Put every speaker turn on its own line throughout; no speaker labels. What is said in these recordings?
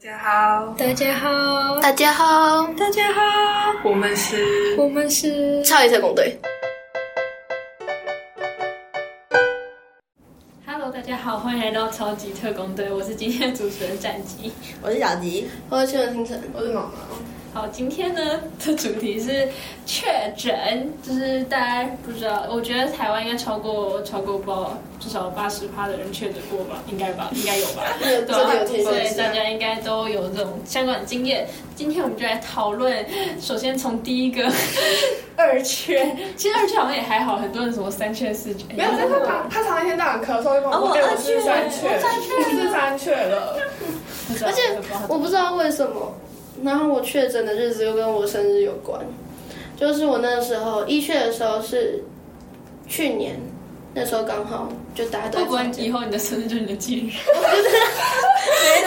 大家好，
大家好，
大家好，
大家好，我们是
我们是
超级特工队。
Hello，大家好，欢迎来到超级特工队，我是今天的主持人战机。
我是小吉，
我是邱文清晨，
我是毛毛，
好，今天呢的主题是确诊，就是大家不知道，我觉得台湾应该超过超过不知道至少八十趴的人确诊过吧，应该吧，应该有吧，
有
对
真的
啊，
有听说
所以
是啊
大家应该都有这种相关的经验。今天我们就来讨论，首先从第一个二缺，其实二缺好像也还好，很多人什么三缺四缺，
没有，但是他他常一天到晚咳嗽，就跟我
哦
说：“哎，
我
我是三雀，
我三雀
我是三雀了。
不知道
而且
不知道
我不知道为什么，然后我确诊的日子又跟我生日有关，就是我那时候一确的时候是去年，那时候刚好就大家都
会不会
在家
以后你的生日就是你的忌日？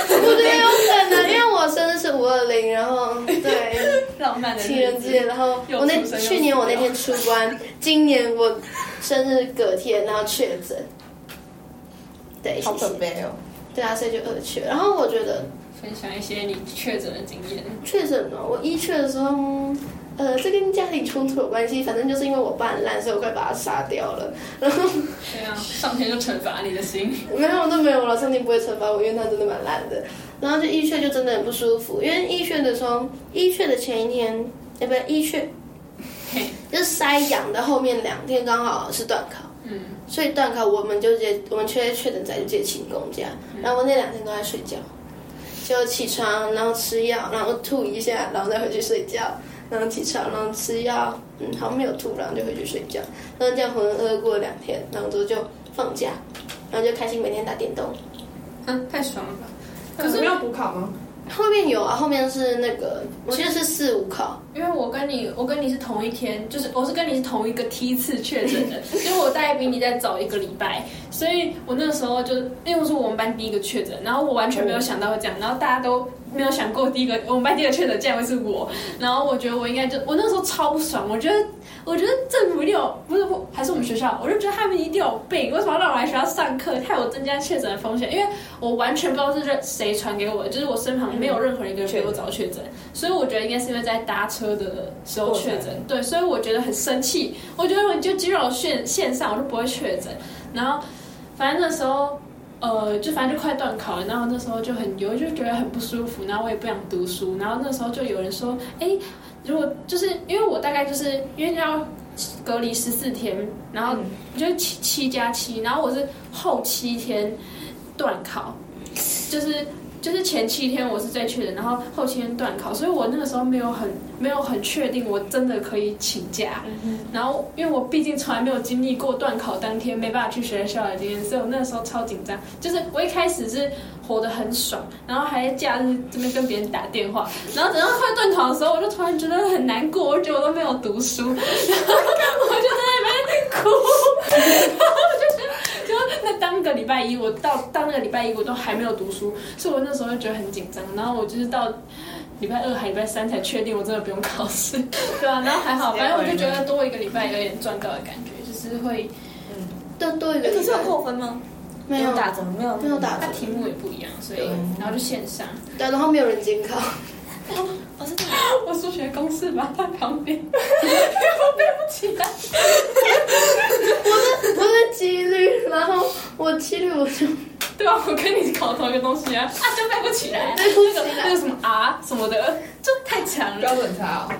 不对，有可能，因为我生日是五二零，然后对
浪漫的日子
情人节，然后
又
我那
出生又
去年我那
死掉
天出关，今年我生日隔天然后确诊，对，
好
谢谢
准备哦。
对啊，所以就二确。然后我觉得
分享一些你确诊的经验。
确诊了，我一确的时候，嗯呃，这跟家庭冲突有关系，反正就是因为我爸很烂，所以我快把他杀掉了。然后
对啊，上天就惩罚你的心。
没有都没有了，上帝不会惩罚我，因为他真的蛮烂的。然后就医确就真的很不舒服，因为医确的时候，医确的前一天，哎，不对，医确
嘿
就是塞阳的后面两天刚好是断考，
嗯，
所以断考我们就直接我们确确诊仔就直接请公假，然后我那两天都在睡觉，就起床然后吃药，然后吐一下，然后再回去睡觉，然后起床然后吃药，嗯，好像没有吐，然后就回去睡觉，然后这样浑浑噩噩过了两天，然后之后就放假，然后就开心每天打电动。
嗯，太爽了吧！”
可是没有补考吗？
后面有啊，后面是那个我记得是四五考，
因为我跟你，我跟你是同一天，就是我是跟你是同一个梯次确诊的， 因为我大概比你再早一个礼拜，所以我那时候就，因为我是我们班第一个确诊，然后我完全没有想到会这样，然后大家都没有想过第一个我们班第一个确诊竟然会是我，然后我觉得我应该就，我那时候超不爽，我觉得我觉得政府一定有，不是不还是我们学校，我就觉得他们一定有病，为什么要让我来学校上课，害我增加确诊的风险？因为我完全不知道是谁传给我的，就是我身旁没有任何一个人比我早确诊。所以我觉得应该是因为在搭车的时候确诊，对，所以我觉得很生气。我觉得你就肌肉线线上，我就不会确诊。然后反正那时候，呃，就反正就快断考了，然后那时候就很有，就觉得很不舒服，然后我也不想读书。然后那时候就有人说，哎，如果就是因为我大概就是因为要隔离十四天，然后就是七七加七，然后我是后七天断考，就是就是前七天我是最确诊，然后后七天断考，所以我那个时候没有很没有很确定我真的可以请假。然后因为我毕竟从来没有经历过断考当天没办法去学校的经验，所以我那个时候超紧张。就是我一开始是活得很爽，然后还在假日这边跟别人打电话，然后等到快断考的时候，我就突然觉得很难过，我觉得我都没有读书， 然后我就在那边哭， 然后我就觉得。就那当个礼拜一，我到到那个礼拜一我都还没有读书，所以我那时候就觉得很紧张。然后我就是到礼拜二还礼拜三才确定我真的不用考试， 对啊，然后还好，反正我就觉得多一个礼拜有点赚到的感觉，就是会
都多一个
哎可
礼
是有
拜
扣分吗？
没有
打怎么没有？
没有打
它题目也不一样，所以
对
然后就线上。
对，然后没有人监考，
我是
我数学公式把它旁边， 因为我背不起来。
我是几率，然后我几率我就
对啊，我跟你考同一个东西啊， 啊就背不起来，那个那个什么 R 什么的，就太强了。
标准差哦，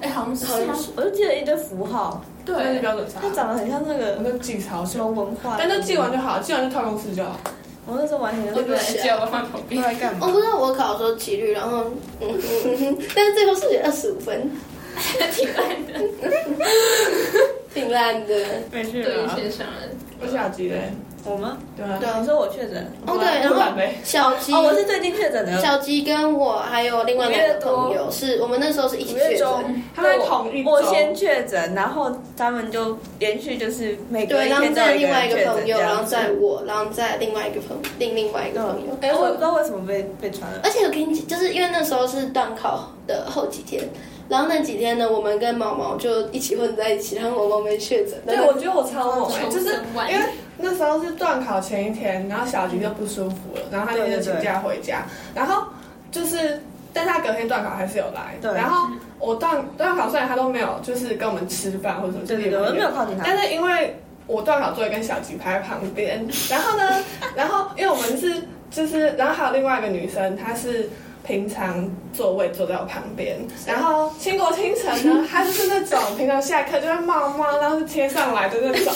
哎，好像是
好像
吗
是
我就记得一堆符号，
那是
对，
标准差。
它长得很像那
我
个
都记超
什
久
么，文化，
但都记完就好，记完就套公式就好。
我那时候完全
对
就
不对？就我放旁边。
在干
我？不知道我考的时候几率，然后嗯嗯嗯，嗯但是最后数学二十五分，
挺烂的，
挺烂的。
没事啊
对于线上人，
我小吉嘞，
我吗？
对啊
对，啊
你说我确诊？
哦对，然
不然
后
呗
小吉，
哦，我是最近确诊的，
小吉跟我还有另外两个朋友，是我们那时候是一起
五
确
月
诊，
中，
他们在同一周
我先确诊，然后他们就连续就是每隔一
对，然后
天都
再
有
另外一
人
个
确诊
朋友，
这
然
样
后
子
再我，然后再另外一个朋另另外一个朋友，
哎，我也不知道为什么被被传了。
而且我跟你讲，就是因为那时候是断考的后几天，然后那几天呢，我们跟毛毛就一起混在一起，然后毛毛没确诊，
对，我觉得我超猛哎，
求
就是
生万
因为那时候是断考前一天，然后小吉就不舒服了，然后他那天就请假回家，然后。就是，但是他隔天断考还是有来。
对
然后我断断考虽然他都没有，就是跟我们吃饭或者什么，就
对
是也
对对，我都没有靠近他
但。是因为我断考座位跟小吉排在旁边，然后呢，然后因为我们是就是，然后还有另外一个女生，她是平常座位坐在我旁边，然后倾国倾城呢，她就是那种平常下课就会冒冒，然后是贴上来的那种，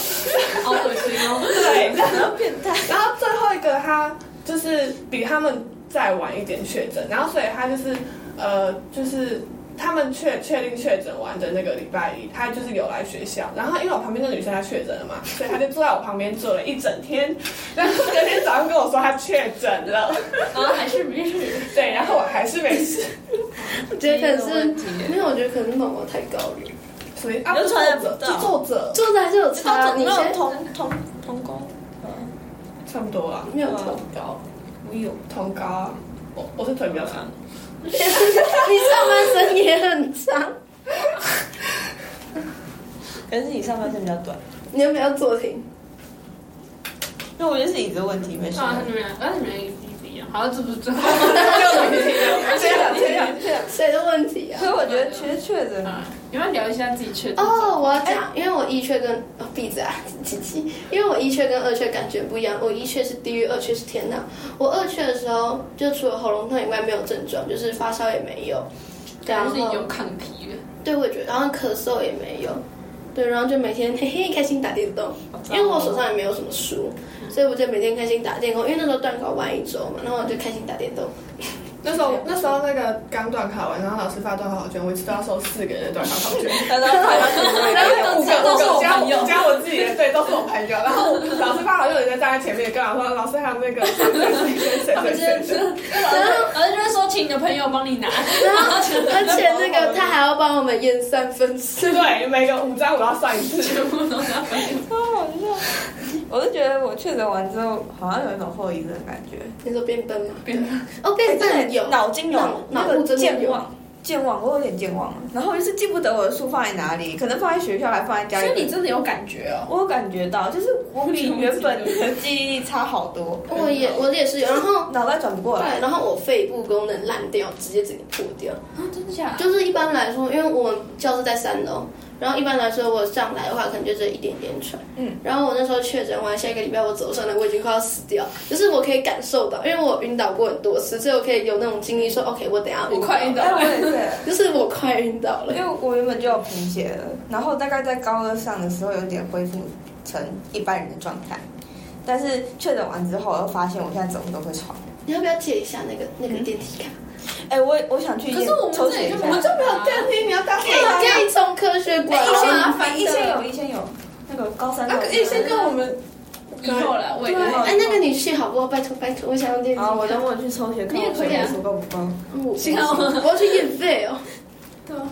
好恶心哦！
对，
然后变态，
然后最后一个他就是比他们再晚一点确诊，然后所以他就是呃，就是他们确确定确诊完的那个礼拜一，他就是有来学校。然后因为我旁边那女生她确诊了嘛，所以她就坐在我旁边坐了一整天。然后隔天早上跟我说她确诊了，
然后还是没事，
对，然后我还是没事，
我觉得可
基因的问
能
题
是没有，我觉得可能是毛毛太高了，
所以啊，
你就传染不
作者
到
就作者
坐着啊还是有
他
差。
总没
你
有
先
同同同工，
差不多啊，
没有头
嗯
高，
我有
同高啊，我我是腿比较长，
你上半身也很长，
可能是你上半身比较短，
你要不要坐挺？
因为我觉得是椅子的问题，没事。
啊，你们俩，啊，你们俩一不一样，好，这不是最后，
这样 这样这样，
谁的问题啊
所？以我觉得其实确 诊，
啊你们聊一下自己确诊者
哦，我要讲，因为我一确跟哦闭着啊，琪琪，因为我一确跟二确感觉不一样，我一确是地狱，二确是天堂。我二确的时候，就除了喉咙痛以外没有症状，就是发烧也没有，然
就是
后
有抗体了。
对，我也觉得，然后咳嗽也没有，对，然后就每天嘿嘿开心打电动，因为我手上也没有什么书，所以我就每天开心打电动，因为那时候断考完一周嘛，然后我就开心打电动。
那时候那时候那个刚断考完，然后老师发断考考卷，我一次都要收四个人的断考考卷。
然 后快
嗯
到什么？
然后五个
都是我
五个加
朋友
我加我自己的，对，都是我朋友。然后老师刚好就有人在站在前面，跟我说老师还有那个谁谁谁
他们
谁
真
谁谁
的是，，儿子就是说，请你的朋友帮你拿，
然后，而且那个他还要帮我们验三分 数，
对，每个五张我要算一次。
全部都拿回来。
超好笑。我就觉得我确诊完之后，好像有一种后遗症的感觉，
你说变笨吗？
变
哦，变笨有，
脑筋有
脑
那
脑部
个
真的
健
有。
忘，健忘，我有点健忘了。然后就是记不得我的书放在哪里，可能放在学校，还放在家里。
所以你真的有感觉哦。
我有感觉到，就是我比原本的记忆力差好多，
我也
嗯
我也是有，然后
脑袋转不过来。
对，然后我肺部功能烂掉，直接整个破掉。
啊，真的假的？
就是一般来说，因为我们教室在三楼，然后一般来说我上来的话，可能就这一点点喘。
嗯，
然后我那时候确诊完，下一个礼拜我走上来，我已经快要死掉，就是我可以感受到，因为我晕倒过很多次，所以我可以有那种经历说，OK，我等一下
我快晕倒
哎，我也是。
就是我快晕倒了
因。为我原本就有贫血了，然后大概在高二上的时候有点恢复成一般人的状态，但是确诊完之后，我又发现我现在怎么都会喘。
你要不要借一下那个那个电梯卡？
哎、我我想去医
可
院
是我们
抽
这
血
里
一
就
下。
我们这没有
电梯你要搭配
可以可以从科学馆
哎，一千
吗？
烦的
一千有，一千有，那个高三
啊
的。，
医生跟我们
以后了，我也
对
哎，那个你去好不好？拜托拜托，我想要电梯卡。
啊，我等我去抽血，看
你也
我
可以啊
血够不够。
我
幸好我
我要去验肺哦。
对啊，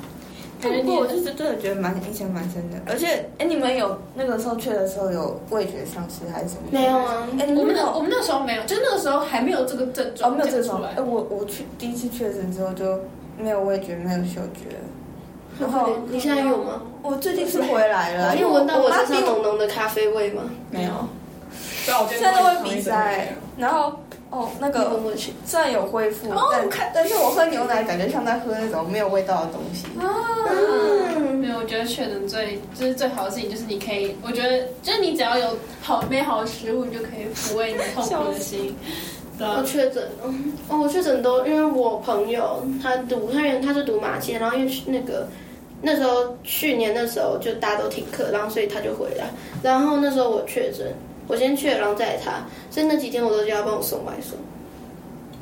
感觉
不过我就
你
是真的觉得蛮印象蛮深的，而且哎、你们有那个时候去的时候有味觉丧失还是什么？
没有啊，
哎、你
我们
们
那
有
我们那时候没有，就那个时候还没有这个症
哦，
状，
没有这
出
种。
来
哎、。我我去第一次确诊之后就没有味觉，没有嗅觉。然后
你现在有吗？
我最近是回来了，
你有闻到我身
妈
上
逼
浓浓的咖啡味吗？
没有？
对，啊我今
现
天
在都会比赛，然后哦那
你
个
闻过去。
虽然有恢复，
哦
但
我看
但是我喝牛奶感觉像在喝那种没有味道的东西。
啊
没有，我觉得确诊最就是最好的事情就是你可以，我觉得就是你只要有好美好的食物，你就可以抚慰你痛苦的 心。对
我
啊，
确诊了，哦，我确诊都因为我朋友他读，他原他是读马街，然后因为去那个那时候去年那时候就大家都停课，然后所以他就回来，然后那时候我确诊，我先去了，然后再他，所以那几天我都叫他帮我送外送。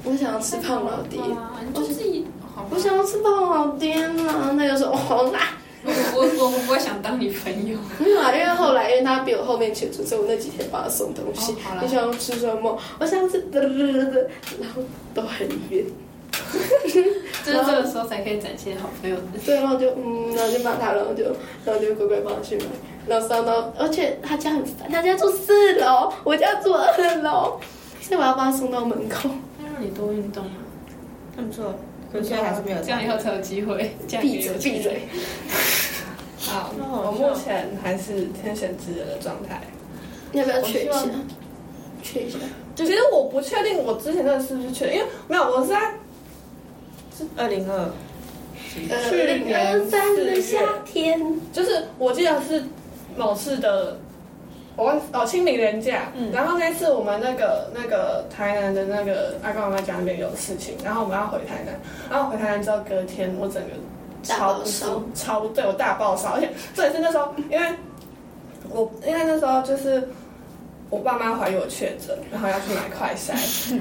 我想要吃胖老爹，
嗯
哇你就哦自己好吧
我想要吃胖老爹啊！那个时候我啦，
我我我不会想当你朋 友。
没有啊，因为后来因为他比我后面确诊，所以我那几天帮他送东西
哦好。啦
你想要吃什么？我想吃的，呃然后都很远。
就是这个时候才可以展现好朋友的。
对，然后就嗯，然后就骂他，然后就然后就乖乖帮他去买，然后上到，而且他家很烦，他家住四楼，我家住二楼，所以我要帮他送到门口。
那让你多运动啊，
很不错，可是现在还是没有。
这样以后才有机会。这样
闭
也
嘴
有机会
闭嘴！，
好，我目前还是天选之人的状态。
你要不要去一
我
下
希？
去一下。
其实我不确定我之前那个是不是确定，因为没有，我是在
二零二，
二
去
零
年
呃二
嗯
三
四
的
月
夏天，
就是我记得是某次的，我忘哦清明连假，
嗯
然后那次我们那个那个台南的那个阿公阿妈家那边有事情，然后我们要回台南，然后回台南之后隔天我整个超不舒
大爆烧
超对我大爆烧，而且重点是那时候因为我因为那时候就是。我爸妈怀疑我确诊，然后要去买快 筛，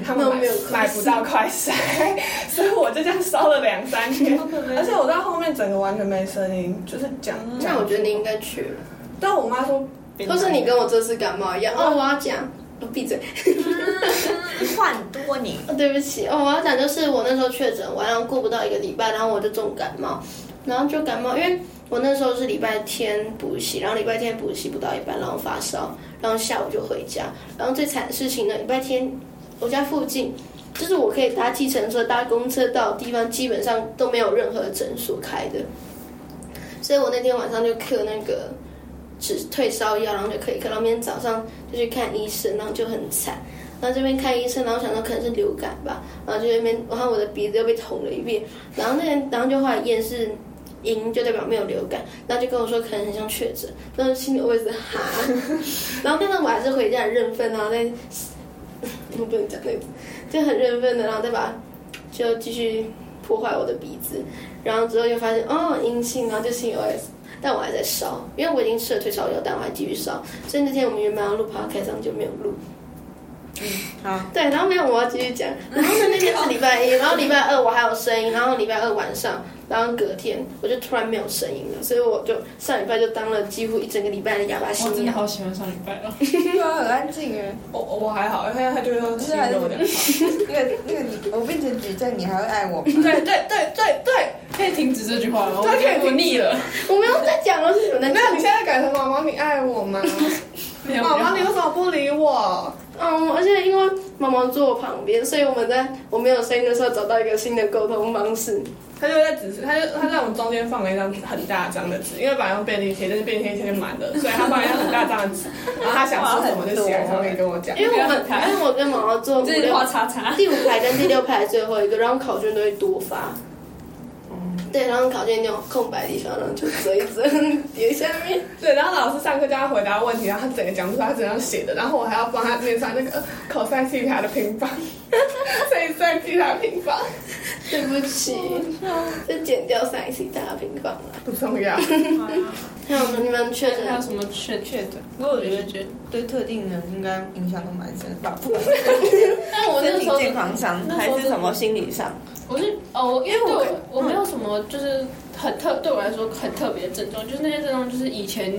他们
那我
买
没有快
买
筛
不到快筛， 所以我就这样烧了两三天，而且我到后面整个完全没声音，就是讲。
那我
讲
觉得你应该去了。
但我妈说，
嗯
或是你跟我这次感冒一样，哦，我要讲，我闭嘴。
换多你，
对不起，哦，我要讲就是我那时候确诊，晚上过不到一个礼拜，然后我就重感冒，然后就感冒，因为我那时候是礼拜天补习，然后礼拜天补习不到一半，然后发烧，然后下午就回家，然后最惨的事情呢，礼拜天我家附近。就是我可以搭计程车、搭公车到的地方，基本上都没有任何诊所开的，所以我那天晚上就嗑那个止退烧药，然后就可以嗑。然后明天早上就去看医生，然后就很惨。然后这边看医生，然后想说可能是流感吧，然后就那边，然后我的鼻子又被捅了一遍，然后那天，然后就后来验是阴，就代表没有流感，然后就跟我说可能很像确诊，然后心里我也是哈，然后但是我还是回家很认份，然后再，我不能讲那个，就很认份的，然后再把就继续破坏我的鼻子，然后之后又发现哦阴性，然后就心里 OS。但我还在烧，因为我已经吃了退烧药，但我还继续烧，所以那天我们原本要录 podcast，然后就没有录。
嗯
好，
对，然后没有，我要继续讲。然后呢，那天是礼拜一，然后礼拜二我还有声音，然后礼拜二晚上，然后隔天我就突然没有声音了，所以我就上礼拜就当了几乎一整个礼拜的哑巴
我真
新
的
娘。
好喜欢上礼拜 哦。
对啊，很安静哎，
我我还好，因为他就说
不
其
是
实
还是
我
那
讲
个。那个你，我变成举证，你还会爱我吗？
对对对对对，
可以停止这句话了，我
对
觉得
可以
我腻了。
我没有在讲了，是你们在
没有，你现
讲。
在改成毛毛，你爱我吗？
没有
毛
没有
毛，你为什么不理我？
嗯，而且因为毛毛坐我旁边，所以我们在我没有声音的时候找到一个新的沟通方式。
他就在指示，他就他在我们中间放了一张很大张的纸，因为本来用便利贴，但是便利贴现在满了，所以他放了一张很大张的纸，然后他想说什么就写在上面跟我讲。
因为我们
你不要很
因为我跟毛毛坐五
这句
六
话叉叉。
第五排跟第六排最后一个，然后考卷都会多发。对，然后考卷那种空白的地方，然后就折一折，叠下面。
对，然后老师上课叫他回答问题，然后他整个讲不出他怎样写的，然后我还要帮他念出来那个口塞西塔的平方， 所以塞西塔平方
对不起，就减掉三 C 大家平方了。
不重要。
还有你们确诊
还有什么确确诊？
不过我觉得觉得对特定人应该影响都蛮深的吧，不管
但我那
身
个
体
时候
健康上
那时
还
候
是什么心理上，
我是哦，我因为对我我没有什么就是很特对我来说很特别的症状，就是那些症状就是以前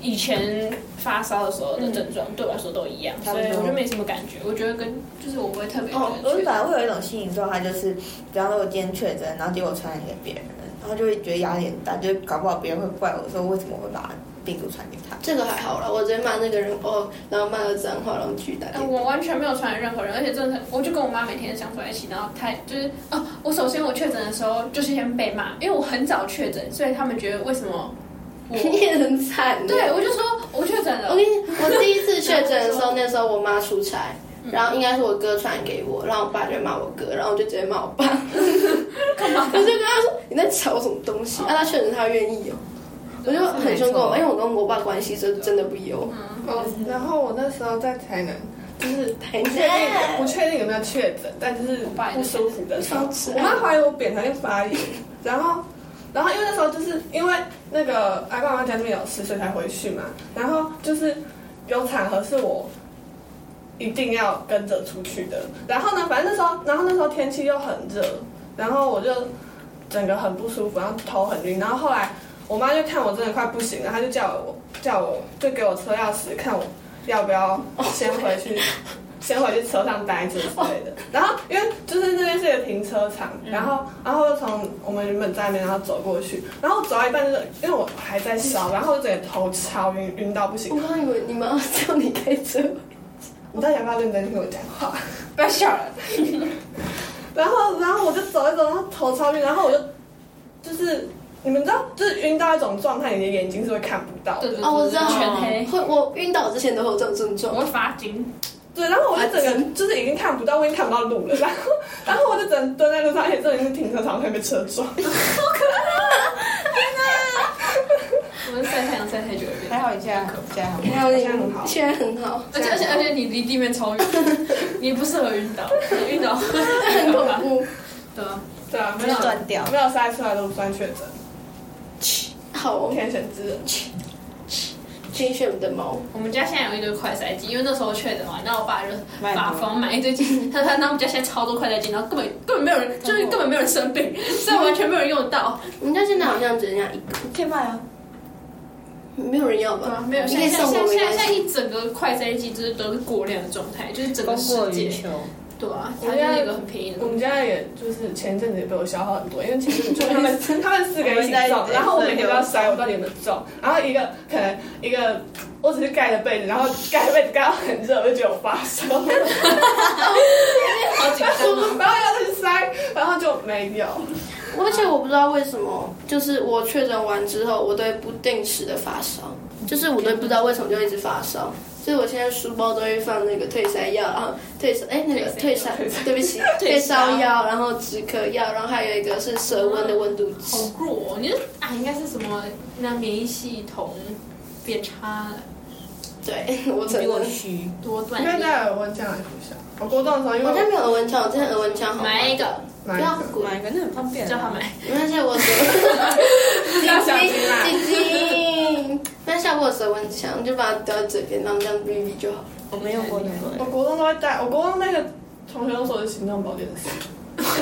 以前发烧的时候的症状、对我来说都一样，
差
所
不
以
多
我就没什么感觉。我觉得跟就是我不会特别
哦，
觉
我
得
本来
确诊。
会有一种心理状态，就是比方说我今天确诊，然后结果传染给别人，然后就会觉得压力很大，就搞不好别人会怪我说为什么我会把病毒传给他。
这个还好啦，我直接骂那个人哦，然后骂了脏话，然后去打电
哎
话。
我完全没有传染任何人，而且真的很，我就跟我妈每天相处在一起，然后她就是哦，我首先我确诊的时候就是先被骂，因为我很早确诊，所以他们觉得为什么 我
你也很惨。欸
对我就说我确诊
我
了
跟，你，我第一次确诊的时候，那时候我妈出差，然后应该是我哥传给我，然后我爸就骂我哥，然后我就直接骂我爸。
干嘛
我就跟他说你在吵什么东西？啊，他确诊他愿意哦，我就很凶跟我，因为我跟我爸关系是真的不优。
哦，然后我那时候在台南，就是
台
不确定
南
不确定有没有确诊，但就是不舒服的时候，
吃
我妈怀疑我扁桃腺发炎，然后。然后因为那时候就是因为那个阿公阿妈家那边有事，所以才回去嘛。然后就是有场合是我一定要跟着出去的。然后呢，反正那时候，然后那时候天气又很热，然后我就整个很不舒服，然后头很晕。然后后来我妈就看我真的快不行了，她就叫我叫我就给我车钥匙，看我要不要先回去。先回去车上待着之类的，然后因为就是那边是一个停车场，然后然后就从我们原本在那边，然后走过去，然后走到一半就是因为我还在烧，然后我整个头超晕晕到不行
我。刚以为你妈叫你开车，
你到底要不要认真听我讲话？
不要笑了，
然后，然后我就走一走，然后头超晕，然后我就就是你们知道，就是晕到一种状态，你的眼睛是会看不到的。
对对对
哦我知道
全黑，
会我晕倒之前都会有这种症状。
我会发金，
对，然后我就整个就是已经看不到，我已经看不到路了，然后 然后我就只能蹲在路上，而且这里是停车场，快被车 撞。
啊
我们晒太阳晒太久了，
还好你现在现在好吗？
还有
这样很好
现在很 好，
而且而且而且你离地面超远， 你不适合晕倒，你晕倒会
很恐怖，
对啊，
对啊，没
就
有
是断掉
没有筛出来都不算确诊，
好哦，
天选之人。
天选的猫，
我们家现在有一堆快筛机，因为那时候确诊嘛，然后我爸就
买
把
多
房买一堆机，他他他们家现在超多快筛机，然后根本根本没有人，就是根本没有人生病， 所以完全没有人用得到。
我们家现在好像只剩下一个，
可以卖啊，
没有人要
对啊
吧？，
没有，
你
现
可以
在现
送我
在
没
现
关系
在现在一整个快筛机就是都是过量的状态，就是整个世界，对啊，它就是一个很便宜的
我
东
们
西。
家也就是前阵子也被我消耗很多，因为前阵子就他们他们四个人一起
我们
中，
在
然后我每天都要筛我到底有没有中，然后啊一个可能一个我只是盖着被子，然后盖着被子盖到很热，我就觉得我发烧，
好紧张啊！
然后要去筛，然后就没有。
而且我不知道为什么，就是我确诊完之后，我都会不定时的发烧，就是我都不知道为什么就一直发烧。所以我现在书包都会放那个退烧药，然后退烧，哎，那个退
退
烧
烧，
对不起，退烧药，然后止咳药，然后还有一个是舌温的温度计。
好弱、哦，你是啊，应该是什么？那免疫系统变差了，
对， 我承
比
认。
我虚。
多断
因为
裂。
戴耳温枪来不下，我国中的时候因
我
为
家没有额温枪，我之前额温枪好
买一个，
买
不
一
要
个
鼓，
买一个那很方便啊，
叫他买。
那是我舌。
要小心啦。
晶晶，那像我有舌温枪，就把它叼在嘴边，然后这样哔哔就好。
我没用过那
我
个。
国中都会戴，我国中那个同学都说我是行动保健师。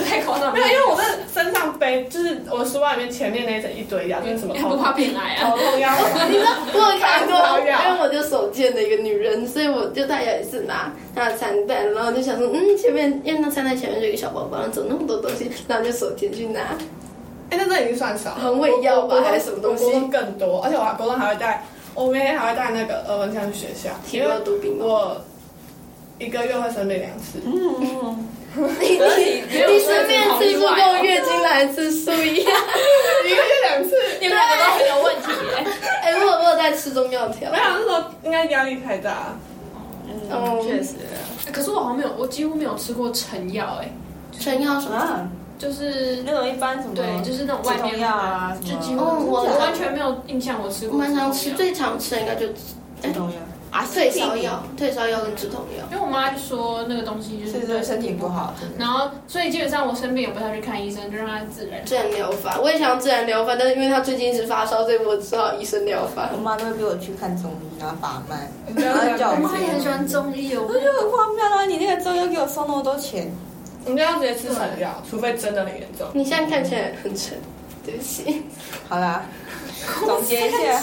太夸张了，
没有，因为我那身上背就是我书包里面前面那一整一堆药，就是什么
你还
头
不怕
痛、
变矮啊
头？痛药。
你知道我有看过
好，呀
因为我就手贱的一个女人，所以我就大家也是拿拿餐袋，然后就想说，嗯，前面因为那餐袋前面就有一个小包包，然后走那么多东西，然后就手贱去拿。
哎，那这已经算少了，
很伪药吧
我我国中
还是什么东西
我国中更多，而且我还国中还会带，我每天还会带那个额温枪去学校，
体
因为
弱多病哦，
我一个月会生病两次。
嗯，
你你你顺便次数跟
哦
我月经来次数一样。
一个月两次，
你们两个都很有问题耶、
哎，我我有在吃中药条
没，有那时候应该压力太大，
嗯
确实
哎可是我好像没有，我几乎没有吃过成药哎、
成药什么？
啊，
就是
那种一般什么
对，就是那种外
止
面
痛药啊
就
什
几
么
乎
哦
我
我
我完全没有印象我吃
我
过
蛮
止痛药。
常吃，最常吃的应该就
止痛药啊
退烧药、退烧药跟止痛药。
因为我妈就说那个东西就是
是对身体不。好，真的
然后，所以基本上我生病也不太去看医生，就让它自然。
自然疗法，我也想要自然疗法，但是因为他最近一直发烧，所以我只好医生疗法
我。妈都会逼我去看中医，然后把脉，
你知道
然
啊
后叫我
吗
直接
欢中医哦
我就很荒谬啊！你那个中药给我收那么多钱，
我们就要直接吃成药，除非真的很严重。
你现在看起来很沉，对不起，
好啦，总结一 下，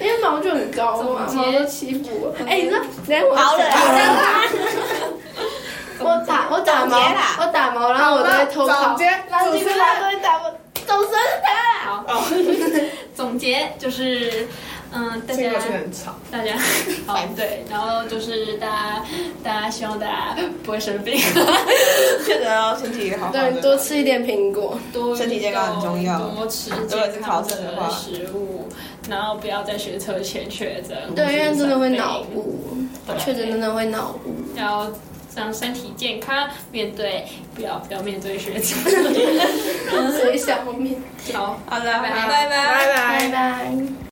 因为毛就很高嘛，
总结
毛都欺负我。哎、你知道，等一下我
好了 啦，
我打我打
总
毛
结啦，
我打毛，然后我都会偷跑
总，监，
然后
主
你
持
们
人，
俩都会打我，总是他。
好，
哦，
总结就是，嗯，大
这
家
个是很吵。
大 家，好对，然后就是大家，大家希望大家不会生病，
确诊哦，身体好好的
对，多吃一点苹果。
多
身体健康很重要
多吃
如果是
健
考
康
试的话
的食物，然后不要在学车前确诊，
对，因为真的会脑
雾。
雾，
对
确诊真的会脑雾。
要让身体健康，面对不要不要面对学长。
所以想后面，
好，
好的，
拜
拜拜。
拜
拜拜。